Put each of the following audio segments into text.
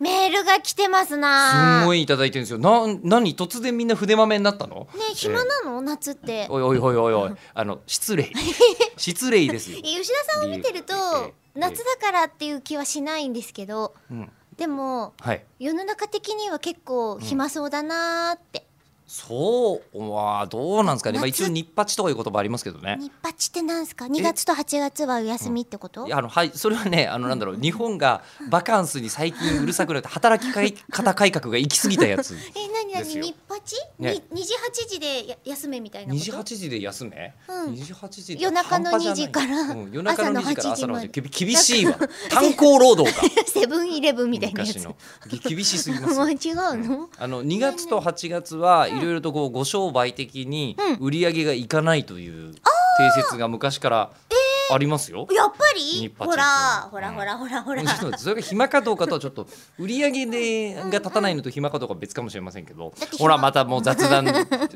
メールが来てますなすんごいいいただいてるんですよなん何突然みんな筆まめになったのね暇なの、夏っておいおいおいおい おいあの失礼失礼ですよえ吉田さんを見てるとええええ夏だからっていう気はしないんですけどうんでもはい世の中的には結構暇そうだなーって、そうはどうなんですかね、まあ、一応夏日八とかいう言葉ありますけどね日八ってなんですか2月と8月はお休みってこと、いやあのはいそれはねあのなんだろう日本がバカンスに最近うるさくなって働きかい方改革が行き過ぎたや つえ、なになに、ですよ日八、ねに、二時八時でや休めみたいな2こ時8と。時で休め、うん2時8時って夜中の半端じゃない2時からうん夜中の2時から朝朝のの8 8時時き厳 しいわ炭鉱労働か セブンイレブン みたいなや昔つ。 ものぎ厳しすぎますよう違うの。あの2月と8月はいろいろとこうご商売的にうん売り上げがいかないという定説が昔からありますよ。やっぱ日り。八ほら、うんほら、ほら、ほら、ほちょら。っと待ってそれが暇かどうかとはちょっと売り上げでが立たないのと暇かどうかは別かもしれませんけどだって暇ほらまたもう雑 談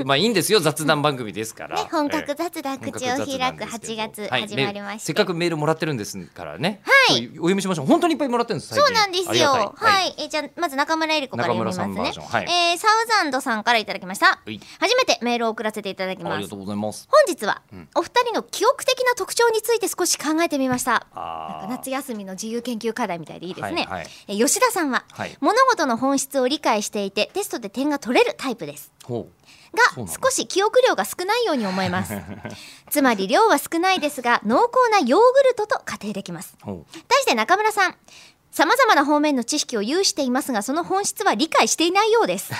まあいいんですよ雑談番組ですから、ね、本格ええ雑談口を開く8月はい始まりまねしせて、っかくメールもらってるんですからね、はい、お読みしましょう本当にいっぱいもらってるんです最そ近うなんですありがよたはい、えじゃあまず中村えり子から読みます中ね村さんバージョンえーサウザンドさんからいただきましたはい初めてメールを送らせていただきあまりすがとうございます本日は、うんお二人の記憶的な特徴について少し考えてみましたなんあかー夏休みの自由研究課題みたいでいいですね、はいはいえ吉田さんは、はい物事の本質を理解していてテストで点が取れるタイプですほそうがなの少し記憶量が少ないように思えます つまり量は少ないですが濃厚なヨーグルトと仮定できますうほう対して中村さんさまざまな方面の知識を有していますがその本質は理解していないようです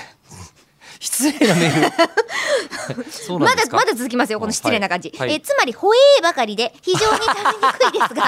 失礼なメール そうなまんだですかまだ続きますよこの失礼な感じ、あはいはいえつまりホエーばかりで非常に食べにくい ですが量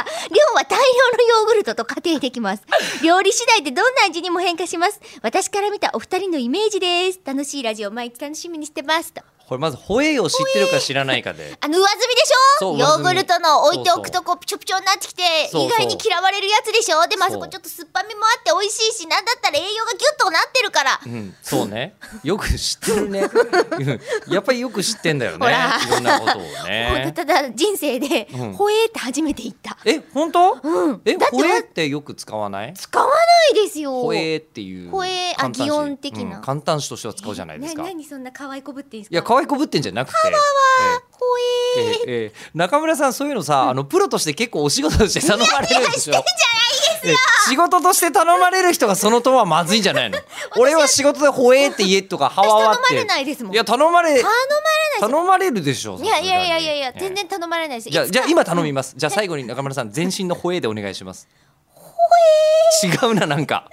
は大量のヨーグルトと仮定できます料理次第でどんな味にも変化します私から見たお二人のイメージです楽しいラジオ毎日楽しみにしてますとこれまずホエーを知ってるか知らないかであの上積みでしそょうヨ上積ーみグルトの置いておくとこうピチョピチョになってきてそう意外に嫌われるやつでしょでもあそこそうちょっと酸っぱみもあって美味しいしなんだったら栄養がギュッとなってるからうん、そうね。よく知って るね。うんやっぱりよく知ってんだよほねら。いろんなことをこうね。ただ人生でうんホエーって初めて言ったえ、本当？うんえ、だってほえってよく使わない？使わないですよほえっていうほえあ簡単詞擬音的なうん簡単詞としては使うじゃないですか。ない何そんな可愛いこぶっていいんですかや、可愛こぶってんじゃなくて。ホエえーえええ中村さんそういうのさ、あのプロとして結構お仕事として頼まれるんでしょ。ええ仕事として頼まれる人がそのとはまずいんじゃ ないの俺は仕事でほえって言えとかはわわって私頼まれないですもんや頼まれ頼頼まれるでしょまれないいやいやいやいやさすがに全ええ然頼まれないですじゃあ、いつじかゃあ今頼みます。じゃあ最後に中村さん、全身のホエーでお願いします。ホエー違うな、なんか。